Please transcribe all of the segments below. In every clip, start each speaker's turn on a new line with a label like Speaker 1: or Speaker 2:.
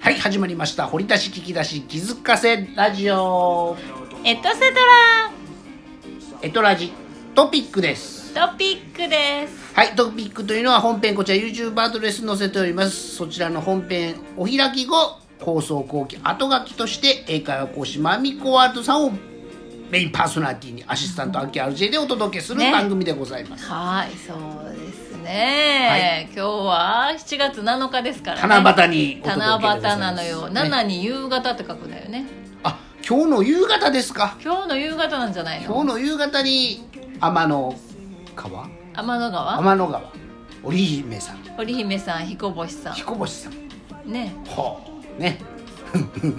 Speaker 1: はい始まりました掘り出し聞き出し気づかせラジオ
Speaker 2: エトセ
Speaker 1: エトラジトピックです
Speaker 2: トラトピックです
Speaker 1: はいトピックというのは本編こちら YouTube アドレス載せておりますそちらの本編お開き後放送後期後書きとして英会話講師まみこワールドさんをメインパーソナリティにアシスタント秋 RJ でお届けする
Speaker 2: ね
Speaker 1: 番組でございます、
Speaker 2: はいそうですね、今日は7月7日ですから、ね、
Speaker 1: 七夕にお届けでござい
Speaker 2: 七
Speaker 1: ます
Speaker 2: 夕なのよ、
Speaker 1: ね
Speaker 2: 七に夕方って書くんだよね
Speaker 1: あ今日の夕方ですか
Speaker 2: 今日の夕方なんじゃない
Speaker 1: 今日の
Speaker 2: の
Speaker 1: 夕方に天の川
Speaker 2: 天の川
Speaker 1: 天の川織姫さん
Speaker 2: 織姫さん彦星さ
Speaker 1: 彦星さん
Speaker 2: んね
Speaker 1: はあね
Speaker 2: ちょっと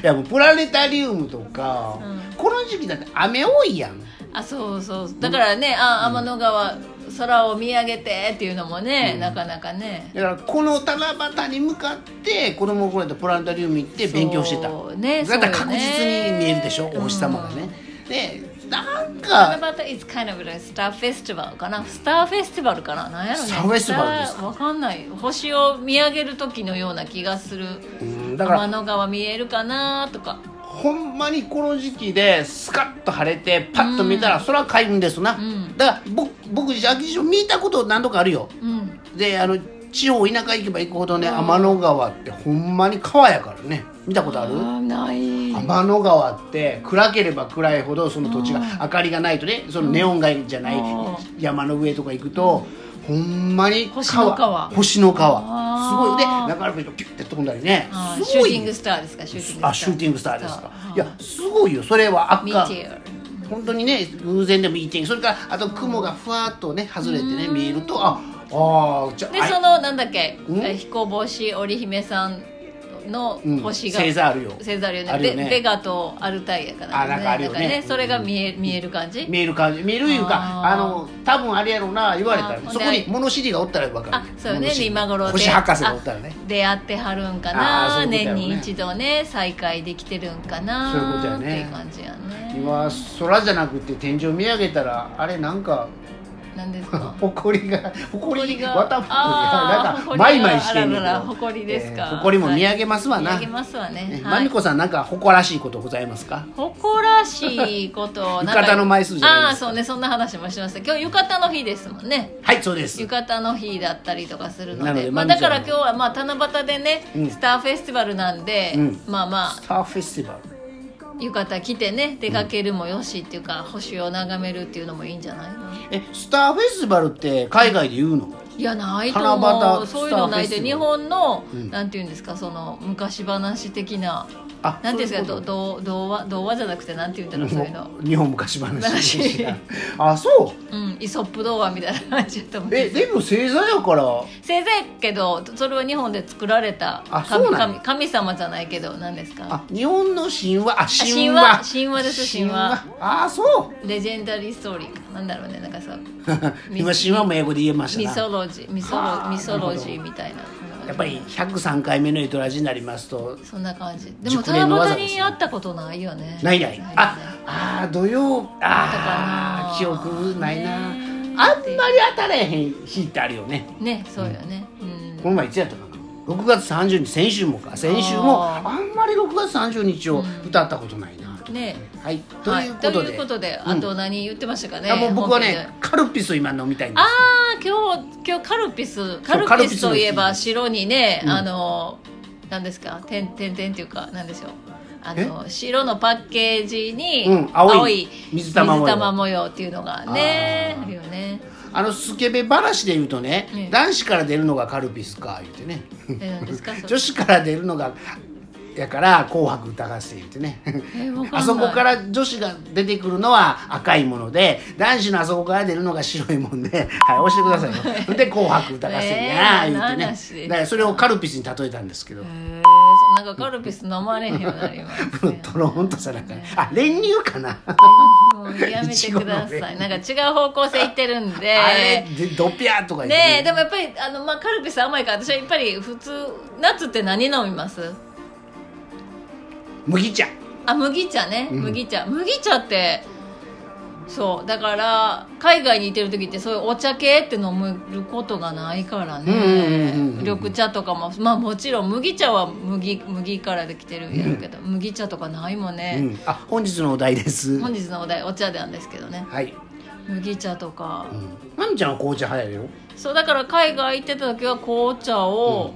Speaker 1: いやもうプラネタリウムとか、
Speaker 2: うん
Speaker 1: この時期だって雨多いやん
Speaker 2: あそうそうだからね、あ天の川空を見上げてっていうのもね、なかなかね
Speaker 1: だからこの七夕に向かって子供の頃やったらプラネタリウム行って勉強してた
Speaker 2: そうね
Speaker 1: だったら
Speaker 2: そう
Speaker 1: 確
Speaker 2: よ
Speaker 1: 実
Speaker 2: ね
Speaker 1: に見えるでしょ、お星様がね、
Speaker 2: うん
Speaker 1: でなん
Speaker 2: 七
Speaker 1: か
Speaker 2: 夕 is kind of like star festival かなスターフェスティバルかななんやろね
Speaker 1: スターフェスティバルですか
Speaker 2: スターわかんない星を見上げる時のような気がする
Speaker 1: うんだから
Speaker 2: 天の川見えるかなとか
Speaker 1: ほんまにこの時期でスカッと晴れてパッと見たら、それは開運ですな、
Speaker 2: ん
Speaker 1: だから僕僕自秋島見たこと何度かあるよ
Speaker 2: うん
Speaker 1: であの地方田舎行けば行くほどね天の川ってほんまに川やからね見たことある
Speaker 2: あない
Speaker 1: 天の川って暗ければ暗いほどその土地が明かりがないとねそのネオン街じゃない
Speaker 2: うん
Speaker 1: 山の上とか行くとほんまに
Speaker 2: 星の川
Speaker 1: 星の川すごい
Speaker 2: あ
Speaker 1: で
Speaker 2: ー
Speaker 1: 中原君とピュッて飛んだりね
Speaker 2: あ
Speaker 1: す
Speaker 2: シュ
Speaker 1: ご
Speaker 2: ーティン
Speaker 1: い
Speaker 2: グスターですかシューティングスター
Speaker 1: あシューティングスターですか
Speaker 2: そう
Speaker 1: いやすごいよそれは
Speaker 2: ミ
Speaker 1: 赤
Speaker 2: テ
Speaker 1: 本当にね偶然でもいい天気それからあと雲がふわっとね外れてね見えるとああーじゃ
Speaker 2: で
Speaker 1: あ
Speaker 2: そのなんだっけ
Speaker 1: うん
Speaker 2: え彦星織姫さんの
Speaker 1: うん
Speaker 2: 星が、
Speaker 1: 星座あるよ
Speaker 2: 星座あるよね
Speaker 1: あるよね
Speaker 2: ベベガとアルタイヤかな
Speaker 1: あなんかあるよね
Speaker 2: なんそれが見え,、見える感じ
Speaker 1: 見える感じ見えるいうかあ
Speaker 2: あー
Speaker 1: の多分あれやろうな言われた
Speaker 2: あー
Speaker 1: らそこに
Speaker 2: ほ
Speaker 1: 物知りがおったら分かる
Speaker 2: あそうよね
Speaker 1: 物知り
Speaker 2: 今頃で
Speaker 1: 星博士がおったらね
Speaker 2: 出会ってはるんか
Speaker 1: あー
Speaker 2: な、
Speaker 1: そういうことや
Speaker 2: 年
Speaker 1: ろうね
Speaker 2: に一度ね再会できてるんかな
Speaker 1: そういうことやね
Speaker 2: っていう感じやね
Speaker 1: 今空じゃなくて天井見上げたらあれなんか
Speaker 2: 何ですか
Speaker 1: 埃が埃
Speaker 2: 埃
Speaker 1: が
Speaker 2: が
Speaker 1: わたふく
Speaker 2: あー
Speaker 1: なんか
Speaker 2: 埃が
Speaker 1: マイマイしてんねんけど
Speaker 2: あららら埃ですか
Speaker 1: えー埃も見上げ ますわ
Speaker 2: 見
Speaker 1: な、
Speaker 2: 上げますわね
Speaker 1: ね
Speaker 2: は
Speaker 1: マ
Speaker 2: い
Speaker 1: ミコさんなんか誇らしいことございますか
Speaker 2: 誇らしいことなんか
Speaker 1: 浴衣の枚数じゃないですか
Speaker 2: ああそうねそんな話もしました今日浴衣の日ですもんね
Speaker 1: はいそうです
Speaker 2: 浴衣の日だったりとかするの
Speaker 1: な
Speaker 2: で
Speaker 1: ので
Speaker 2: まあ、
Speaker 1: まみ
Speaker 2: だ
Speaker 1: ちゃ
Speaker 2: か
Speaker 1: んは
Speaker 2: ら今日はまあ七夕でね、
Speaker 1: うん
Speaker 2: スターフェスティバルなんで、
Speaker 1: うん
Speaker 2: まあまあ
Speaker 1: スターフェスティバル
Speaker 2: 浴衣着てね出かけるもよしっていうか、星を眺めるっていうのもいいんじゃないの
Speaker 1: えスターフェスティバルって海外で言うの
Speaker 2: いやないと思
Speaker 1: 七夕
Speaker 2: うそういうのない
Speaker 1: スターフェスティバ
Speaker 2: で
Speaker 1: ル
Speaker 2: 日本の、
Speaker 1: うん
Speaker 2: なんていうんですかその昔話的な
Speaker 1: あ
Speaker 2: なんていうんで
Speaker 1: そ
Speaker 2: すか
Speaker 1: ういうこ
Speaker 2: ど童話童話じゃなくてなんていうんだろうそういうの、
Speaker 1: と日本昔話でした
Speaker 2: 昔
Speaker 1: あそう
Speaker 2: うん、イソップ童話みたいな感じだと思う
Speaker 1: えでも星座やから
Speaker 2: せいぜいけどそれは日本で作られた
Speaker 1: あ
Speaker 2: 神
Speaker 1: そうなの
Speaker 2: 神神様じゃないけど何ですか
Speaker 1: あ日本の神話あ神
Speaker 2: 神
Speaker 1: 話
Speaker 2: 話神話です神話
Speaker 1: あそう
Speaker 2: レジェンダリーストーリーかなんだろうねなんかさ
Speaker 1: 今神話も英語で言えま
Speaker 2: ミ
Speaker 1: した
Speaker 2: ソ
Speaker 1: な
Speaker 2: ロジーミソ
Speaker 1: はあ
Speaker 2: ロミソロジ
Speaker 1: なる
Speaker 2: ーみたいな
Speaker 1: やっぱり103回目のエトラジになりますと
Speaker 2: そんな感じでも
Speaker 1: 熟練の技
Speaker 2: 七
Speaker 1: です
Speaker 2: 夕に会ったことないよね
Speaker 1: ないない
Speaker 2: ね
Speaker 1: ああー土曜ああ記
Speaker 2: あったかな
Speaker 1: 憶ないなあ
Speaker 2: ね
Speaker 1: んまり当たれへん日ってあるよね
Speaker 2: ねそうよねうん
Speaker 1: この前いつやったかな6月30日先週もか先週も
Speaker 2: あー
Speaker 1: あんまり6月30日を歌ったことないなと、
Speaker 2: ね
Speaker 1: はいということで,、
Speaker 2: はいということであと何言ってましたかね
Speaker 1: あもう僕は
Speaker 2: 本編
Speaker 1: ね
Speaker 2: で
Speaker 1: カルピスを今飲みたいんです
Speaker 2: ああ今日今日カルピスカル
Speaker 1: カル
Speaker 2: ピ
Speaker 1: ピス
Speaker 2: ス
Speaker 1: の日
Speaker 2: といえば白にね、
Speaker 1: うん
Speaker 2: あのなんですか点点点っていうかなんでしょうあの白のパッケージに
Speaker 1: うん青い水玉模様
Speaker 2: 水玉模様っていうのがね
Speaker 1: あー
Speaker 2: あるよね
Speaker 1: あのスケベ話で言うとね、
Speaker 2: ええ
Speaker 1: 男子から出るのがカルピスか言ってね
Speaker 2: えなんで すかそれ
Speaker 1: 女子から出るのがやから「紅白歌合戦」言ってね、
Speaker 2: えわかんな
Speaker 1: あ
Speaker 2: い
Speaker 1: そこから女子が出てくるのは赤いもので男子のあそこから出るのが白いもん で、はい、押してくださいよで「紅白歌合戦や」
Speaker 2: え
Speaker 1: 言
Speaker 2: え
Speaker 1: って
Speaker 2: 何
Speaker 1: ね、
Speaker 2: 話
Speaker 1: だからそれをカルピスに例えたんですけど、
Speaker 2: えーそなんかカルピス飲まれへんようになりま すね
Speaker 1: トロンとしたなんかあ練乳かな
Speaker 2: もうやめてくださ
Speaker 1: いちごの
Speaker 2: いなんか違う方向性行ってるんで
Speaker 1: あれでドピャーとか言って
Speaker 2: ねえでもやっぱりあの、まあ、カルピス甘いから私はやっぱり普通夏って何飲みます
Speaker 1: 麦茶
Speaker 2: あ麦茶ね、麦茶麦茶ってそうだから海外にいてる時ってそういうお茶系って飲むことがないからね
Speaker 1: うんうんうんうん
Speaker 2: 緑茶とかもまあもちろん麦茶は麦麦からできてるんやろうけど、麦茶とかないもん
Speaker 1: う
Speaker 2: ね、
Speaker 1: ん、あ本日のお題です
Speaker 2: 本日のお題お茶なんですけどね
Speaker 1: はい、
Speaker 2: 麦茶とか、
Speaker 1: うん、まみちゃんは紅茶早いよ
Speaker 2: そうだから海外行ってた時は紅茶を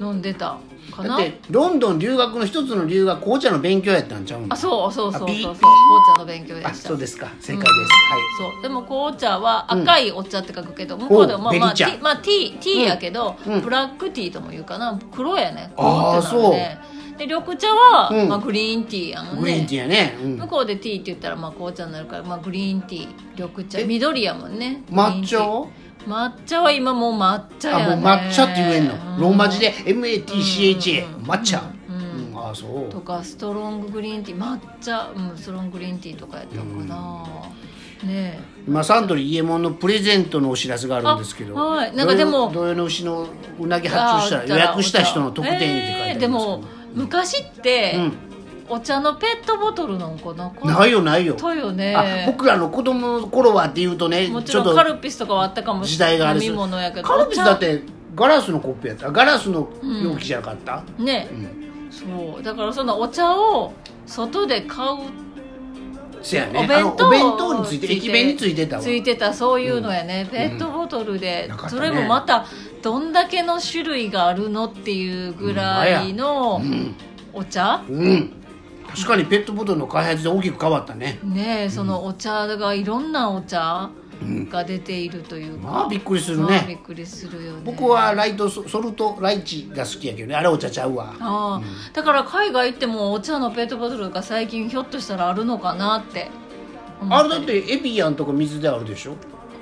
Speaker 2: 飲んでたか
Speaker 1: だ
Speaker 2: な、
Speaker 1: ってロンドン留学の一つの理由が紅茶の勉強やったんちゃうん
Speaker 2: あそうそうそうそうそう
Speaker 1: あビー
Speaker 2: 紅茶の勉強で
Speaker 1: あ
Speaker 2: した
Speaker 1: そうですか正解です、
Speaker 2: そうでも紅茶は赤いお茶って書くけど、向こうではまあ
Speaker 1: お
Speaker 2: まあ
Speaker 1: 紅茶
Speaker 2: ティーまあティーティーやけど、
Speaker 1: うんうん
Speaker 2: ブラックティーとも言うかな黒やね
Speaker 1: あー
Speaker 2: 黒ってなるねで緑茶は、
Speaker 1: うん
Speaker 2: まあ、グリーンティーやも
Speaker 1: はい
Speaker 2: ん
Speaker 1: グリーン
Speaker 2: ね
Speaker 1: ティーやね、うん
Speaker 2: 向こうでティーって言ったらまあ紅茶になるから、まあ、グリーンティー緑茶
Speaker 1: え
Speaker 2: 緑やもんね
Speaker 1: 抹茶
Speaker 2: を
Speaker 1: は
Speaker 2: 抹茶は今もう抹茶や
Speaker 1: あ
Speaker 2: ね
Speaker 1: もう抹茶って言えんの、
Speaker 2: うん
Speaker 1: ローマ字で MATCHA、
Speaker 2: うん
Speaker 1: 抹茶、
Speaker 2: う
Speaker 1: うんんあそう
Speaker 2: とかストロンググリーンティー抹茶、うん、ストロンググリーンティーとかやったのかな、ねえ
Speaker 1: 今サントリー伊右衛門のプレゼントのお知らせがあるんですけど
Speaker 2: あはいなんかでも
Speaker 1: 土曜の牛のうなぎ
Speaker 2: あ
Speaker 1: 発注したら予約した人の特典って書いてあ
Speaker 2: え
Speaker 1: るんで
Speaker 2: ーです
Speaker 1: けど、
Speaker 2: も昔って、
Speaker 1: うん
Speaker 2: お茶のペットボトルなんかなか
Speaker 1: ないよないよ
Speaker 2: ったよ
Speaker 1: あ
Speaker 2: ね
Speaker 1: 僕らの子供の頃はっていうとね
Speaker 2: もち
Speaker 1: ちょっ
Speaker 2: ろん
Speaker 1: と
Speaker 2: カルピスとかはあったかもし
Speaker 1: 時
Speaker 2: れ
Speaker 1: 代が
Speaker 2: な
Speaker 1: あ
Speaker 2: い
Speaker 1: れ
Speaker 2: 飲み物やけど
Speaker 1: カルピスだっ
Speaker 2: お
Speaker 1: てガラスのコップやったガラスの容器じゃなかった、
Speaker 2: 茶ね
Speaker 1: う、ん
Speaker 2: そうだからそのお茶を外で買う
Speaker 1: せやね
Speaker 2: お弁当
Speaker 1: あのお弁当について
Speaker 2: ついて
Speaker 1: 駅弁についてたわ
Speaker 2: ついてたそういうのやね、ペットボトルで、
Speaker 1: なかった
Speaker 2: そ
Speaker 1: ね
Speaker 2: れもまたどんだけの種類があるのっていうぐらいの
Speaker 1: うん、
Speaker 2: お茶、
Speaker 1: うん、確かにペットボトルの開発で大きく変わったね
Speaker 2: ねえそのお茶がいろんなお茶が出ているというか、
Speaker 1: まあびっくりする
Speaker 2: まあび
Speaker 1: ね
Speaker 2: っくりするよね
Speaker 1: 僕はライトソソルトライチが好きやけどねあれお茶ちゃうわ
Speaker 2: ああ、だから海外行ってもお茶のペットボトルが最近ひょっとしたらあるのかなって思
Speaker 1: あ
Speaker 2: った
Speaker 1: れだってエビアンとか水であるでしょ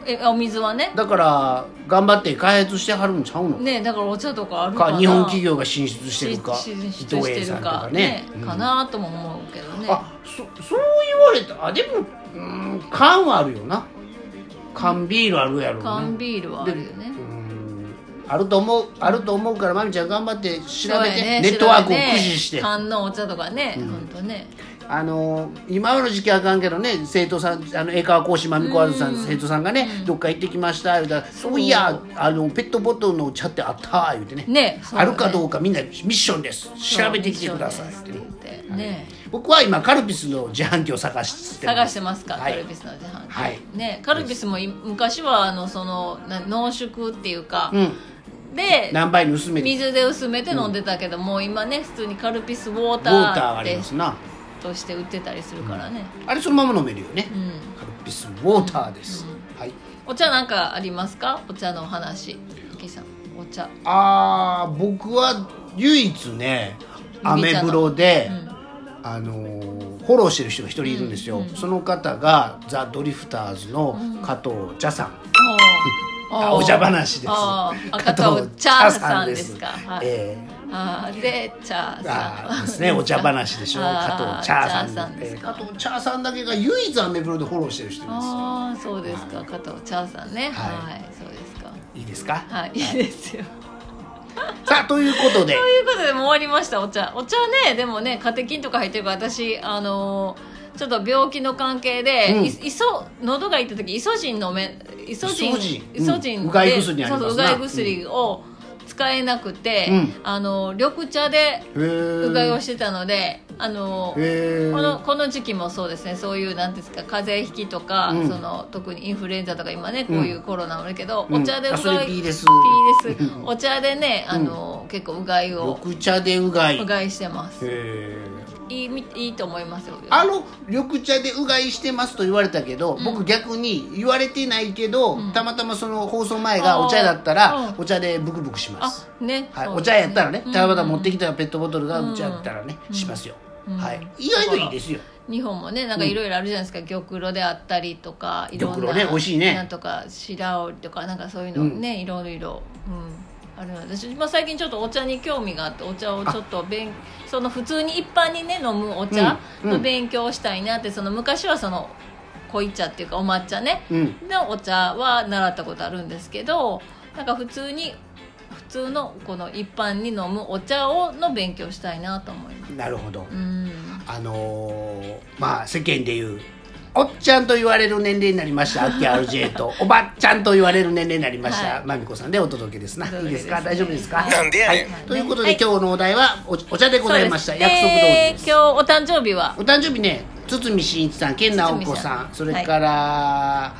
Speaker 2: えお水はね
Speaker 1: だから頑張って開発してはるんちゃうの
Speaker 2: ねえだからお茶とかあるかな
Speaker 1: か日本企業が進出して
Speaker 2: し
Speaker 1: るか
Speaker 2: しし
Speaker 1: 伊藤園さんとかね
Speaker 2: してるか
Speaker 1: うん
Speaker 2: かなとも思うけどね
Speaker 1: あそそう言われたあでもうーん缶はあるよな缶ビールあるやろうな
Speaker 2: 缶ビールはあるよ
Speaker 1: う
Speaker 2: ね
Speaker 1: ーんあると思うあると思うからまみちゃん頑張って調べ
Speaker 2: そう
Speaker 1: て、
Speaker 2: やね
Speaker 1: ネットワークを駆使して、
Speaker 2: 調べね缶のお茶とかね、ほんとね
Speaker 1: あのー今の時期はあかんけどね生徒さんあの江川講師まみこあるさん、生徒さんがね、どっか行ってきました言うたら「そういやあのペットボトルのお茶ってあった」言うてね
Speaker 2: ね
Speaker 1: あるかど
Speaker 2: う
Speaker 1: うかみんなミッションです調べてきてください」ってね
Speaker 2: ってね
Speaker 1: 僕は今カルピスの自販機を探して
Speaker 2: 探してますか、
Speaker 1: はい
Speaker 2: カルピスの自販機、
Speaker 1: はい
Speaker 2: ね、カルピスもい昔はあのそのな濃縮っていうか、
Speaker 1: うん
Speaker 2: で
Speaker 1: 何倍に薄めて
Speaker 2: 水で薄めて飲んでたけど、もう今ね普通にカルピスウォー
Speaker 1: ウォ
Speaker 2: タ
Speaker 1: ーターが
Speaker 2: ー
Speaker 1: あ
Speaker 2: で
Speaker 1: りますな
Speaker 2: として売ってたりするからね、
Speaker 1: あれそのまま飲めるよね、
Speaker 2: うん
Speaker 1: カルピスウォーターです、はい
Speaker 2: お茶なんかありますかお茶のお話池さんお茶
Speaker 1: あー僕は唯一ねアメブロで、あのーフォローしてる人が一人いるんですよ、その方がザ・ドリフターズの加藤茶さん、
Speaker 2: お
Speaker 1: あお茶話です
Speaker 2: あー赤
Speaker 1: 加
Speaker 2: と
Speaker 1: 藤
Speaker 2: お茶さんですかはい、
Speaker 1: えー
Speaker 2: あーで茶さ
Speaker 1: あ
Speaker 2: ん
Speaker 1: ーですねお茶話でしょう
Speaker 2: あー
Speaker 1: 加藤茶さん
Speaker 2: 茶さんで
Speaker 1: え
Speaker 2: す
Speaker 1: ー
Speaker 2: か
Speaker 1: 加藤茶さんだけが唯一アメブロでフォローしてる人います
Speaker 2: ああそうですか加藤茶さんねは、
Speaker 1: はい
Speaker 2: そうですか
Speaker 1: いいですか
Speaker 2: はいいいですよ
Speaker 1: さあということで
Speaker 2: ということでもう終わりましたお茶お茶ねでもねカテキンとか入ってるから私あのーちょっと病気の関係で、
Speaker 1: うん
Speaker 2: いいそ喉が痛い時イソジン飲めイソジン
Speaker 1: イソジン
Speaker 2: イソジンで
Speaker 1: うんうがい薬ありますな
Speaker 2: そうそううがい薬を使えなくて、
Speaker 1: うん
Speaker 2: あの緑茶で
Speaker 1: へー
Speaker 2: うがいをしてたので、あのー
Speaker 1: へー
Speaker 2: このこの時期もそうですねそういうなんていうんですか風邪ひきとか、
Speaker 1: うん
Speaker 2: その特にインフルエンザとか今ねこういうコロナもあるけど、
Speaker 1: うん
Speaker 2: お茶でう
Speaker 1: あ
Speaker 2: がい
Speaker 1: それピーです
Speaker 2: ピーですお茶でねあの、結構うがいを
Speaker 1: 緑茶でうがいへ
Speaker 2: うがいしてます
Speaker 1: ー
Speaker 2: いいみいいと思いますよ
Speaker 1: あの緑茶でうがいしてますと言われたけど、僕逆に言われてないけど、たまたまその放送前がお茶だった
Speaker 2: あ
Speaker 1: ら
Speaker 2: ー
Speaker 1: お茶でブクブクします、
Speaker 2: あね、
Speaker 1: はい、
Speaker 2: そう
Speaker 1: お茶やったらね、
Speaker 2: うん
Speaker 1: たまたま持ってきたペットボトルがお茶やったらね、しますよ、
Speaker 2: うん
Speaker 1: はい意外といいですよ
Speaker 2: 日本もねなんかいろいろあるじゃないですか、玉露であったりとかいろんな
Speaker 1: 玉露ね美味しいね
Speaker 2: なんとか白織とかなんかそういうのね、いろいろ、うん、あるので私、まあ、最近ちょっとお茶に興味があってお茶をちょっと勉その普通に一般にね飲むお茶
Speaker 1: うん
Speaker 2: の
Speaker 1: うん
Speaker 2: 勉強をしたいなって、その昔はその濃茶っていうかお抹茶ね、
Speaker 1: うん
Speaker 2: のお茶は習ったことあるんですけどなんか普通に普通のこの一般に飲むお茶をの勉強したいなと思います。
Speaker 1: なるほど、
Speaker 2: うん
Speaker 1: あのーまあ世間でいうおっちゃんと言われる年齢になりました秋 RJ とおばっちゃんと言われる年齢になりました、
Speaker 2: はい
Speaker 1: まみこさんでお届けですな、
Speaker 2: お届
Speaker 1: いいで
Speaker 2: けです
Speaker 1: す
Speaker 2: ね
Speaker 1: か大丈夫ですか、
Speaker 2: はい
Speaker 3: なんでや
Speaker 1: は
Speaker 3: ね
Speaker 1: い
Speaker 3: ん、
Speaker 1: ということで、
Speaker 2: はい
Speaker 1: 今日のお題はおお茶でございました
Speaker 2: そう
Speaker 1: 約
Speaker 2: です
Speaker 1: 束通り
Speaker 2: で
Speaker 1: です
Speaker 2: 今日お誕生日は
Speaker 1: お誕生日ね堤真一さん健直子さん
Speaker 2: 堤さん
Speaker 1: それから、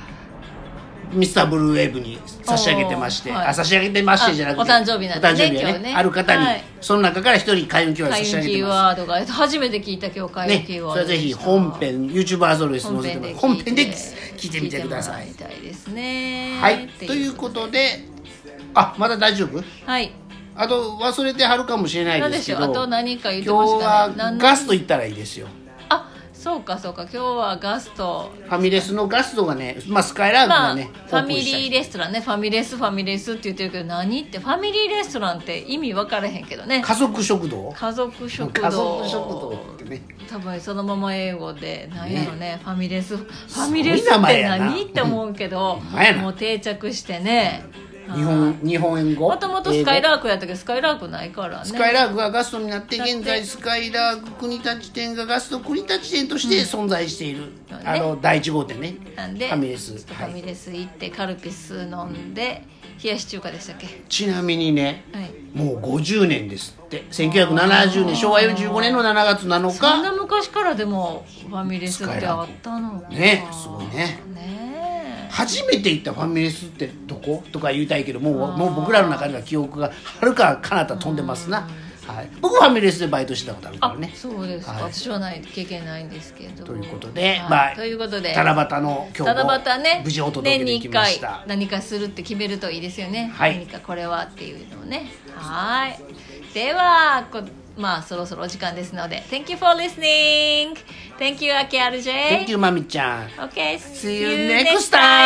Speaker 1: ミスターブルーウェーブに差し上げてまして、
Speaker 2: おーはい
Speaker 1: あ差し上げてましてじゃなくて
Speaker 2: あお誕生日な
Speaker 1: お
Speaker 2: んでね
Speaker 1: 誕生日は
Speaker 2: 今日ね
Speaker 1: ある方に、
Speaker 2: はい
Speaker 1: その中から一人開運協会差
Speaker 2: 開
Speaker 1: し上
Speaker 2: 運キ
Speaker 1: げて
Speaker 2: ー
Speaker 1: ま
Speaker 2: ワードが初めて聞いた今日
Speaker 1: す
Speaker 2: 開運
Speaker 1: ね
Speaker 2: キー
Speaker 1: そ
Speaker 2: ワー
Speaker 1: れ
Speaker 2: ド
Speaker 1: はぜひ本編 YouTuber ぞろい載せてもらって本編で聞いてみてください
Speaker 2: 聞てもらみたいですね
Speaker 1: はい
Speaker 2: って
Speaker 1: ということであまだ大丈夫
Speaker 2: はい
Speaker 1: あと忘れてはるかもしれないですけど
Speaker 2: 何でしょうあと何か言ってま
Speaker 1: 今
Speaker 2: し
Speaker 1: 日
Speaker 2: たね
Speaker 1: は
Speaker 2: 何の
Speaker 1: ガスト行ったらいいですよ
Speaker 2: あそうかそうか今日はガスト
Speaker 1: ファミレスのガストがね、まあ、スカイラーク
Speaker 2: ま
Speaker 1: が
Speaker 2: あ、
Speaker 1: ね、
Speaker 2: ファミリー
Speaker 1: レ
Speaker 2: レストランねファミレスファミレスって言ってるけど何ってファミリーレストランって意味分からへんけどね
Speaker 1: 家族食堂
Speaker 2: 家族食堂
Speaker 1: 家族食堂ってね
Speaker 2: 多分そのまま英語で何やろねファミレスフ
Speaker 1: ごい
Speaker 2: ァミレス
Speaker 1: 名
Speaker 2: っ
Speaker 1: 前
Speaker 2: て
Speaker 1: やな
Speaker 2: 何って思うけ
Speaker 1: ほ
Speaker 2: ど
Speaker 1: んまやな
Speaker 2: もう定着してね
Speaker 1: 日本日本語
Speaker 2: もともとスカイ
Speaker 1: ー
Speaker 2: ラークやったけどスカイラークないからね
Speaker 1: スカイラークがガストになって
Speaker 2: だって
Speaker 1: 現在スカイラーク国立店がガスト国立店として存在している、
Speaker 2: そうね
Speaker 1: あの第1号店ね
Speaker 2: なんで
Speaker 1: ファミレス
Speaker 2: ちょっとフ
Speaker 1: は
Speaker 2: ァミ
Speaker 1: い、
Speaker 2: レス行ってカルピス飲んで、冷やし中華でしたっけ
Speaker 1: ちなみにね
Speaker 2: はい
Speaker 1: もう50年ですって1970年昭和45年の7月7
Speaker 2: そんな
Speaker 1: 日
Speaker 2: 昔からでもファミレスってあったのか
Speaker 1: ねすごいね
Speaker 2: ねえ
Speaker 1: 初めて行ったファミレスってどことか言いたいけどもうもう僕らの中では記憶がはるか彼方飛んでますな、はい、僕はファミレスでバイトしてたことあるから
Speaker 2: あ
Speaker 1: ね
Speaker 2: そうですか、
Speaker 1: はい
Speaker 2: 私はない経験ないんですけど
Speaker 1: ということで、
Speaker 2: はい
Speaker 1: まあ、
Speaker 2: ということで
Speaker 1: 七夕の今日も
Speaker 2: 七夕ね
Speaker 1: 無事お届けできまし
Speaker 2: 年に一
Speaker 1: た
Speaker 2: 回。何かするって決めるといいですよね、
Speaker 1: はい
Speaker 2: 何かこれはっていうのをねはーいではこまあそろそろお時間ですので Thank you for listening Thank you アキアルジェ
Speaker 1: Thank you, まみちゃん。
Speaker 2: Okay
Speaker 1: See
Speaker 2: see
Speaker 1: you
Speaker 2: you
Speaker 1: next
Speaker 2: next
Speaker 1: time.
Speaker 2: time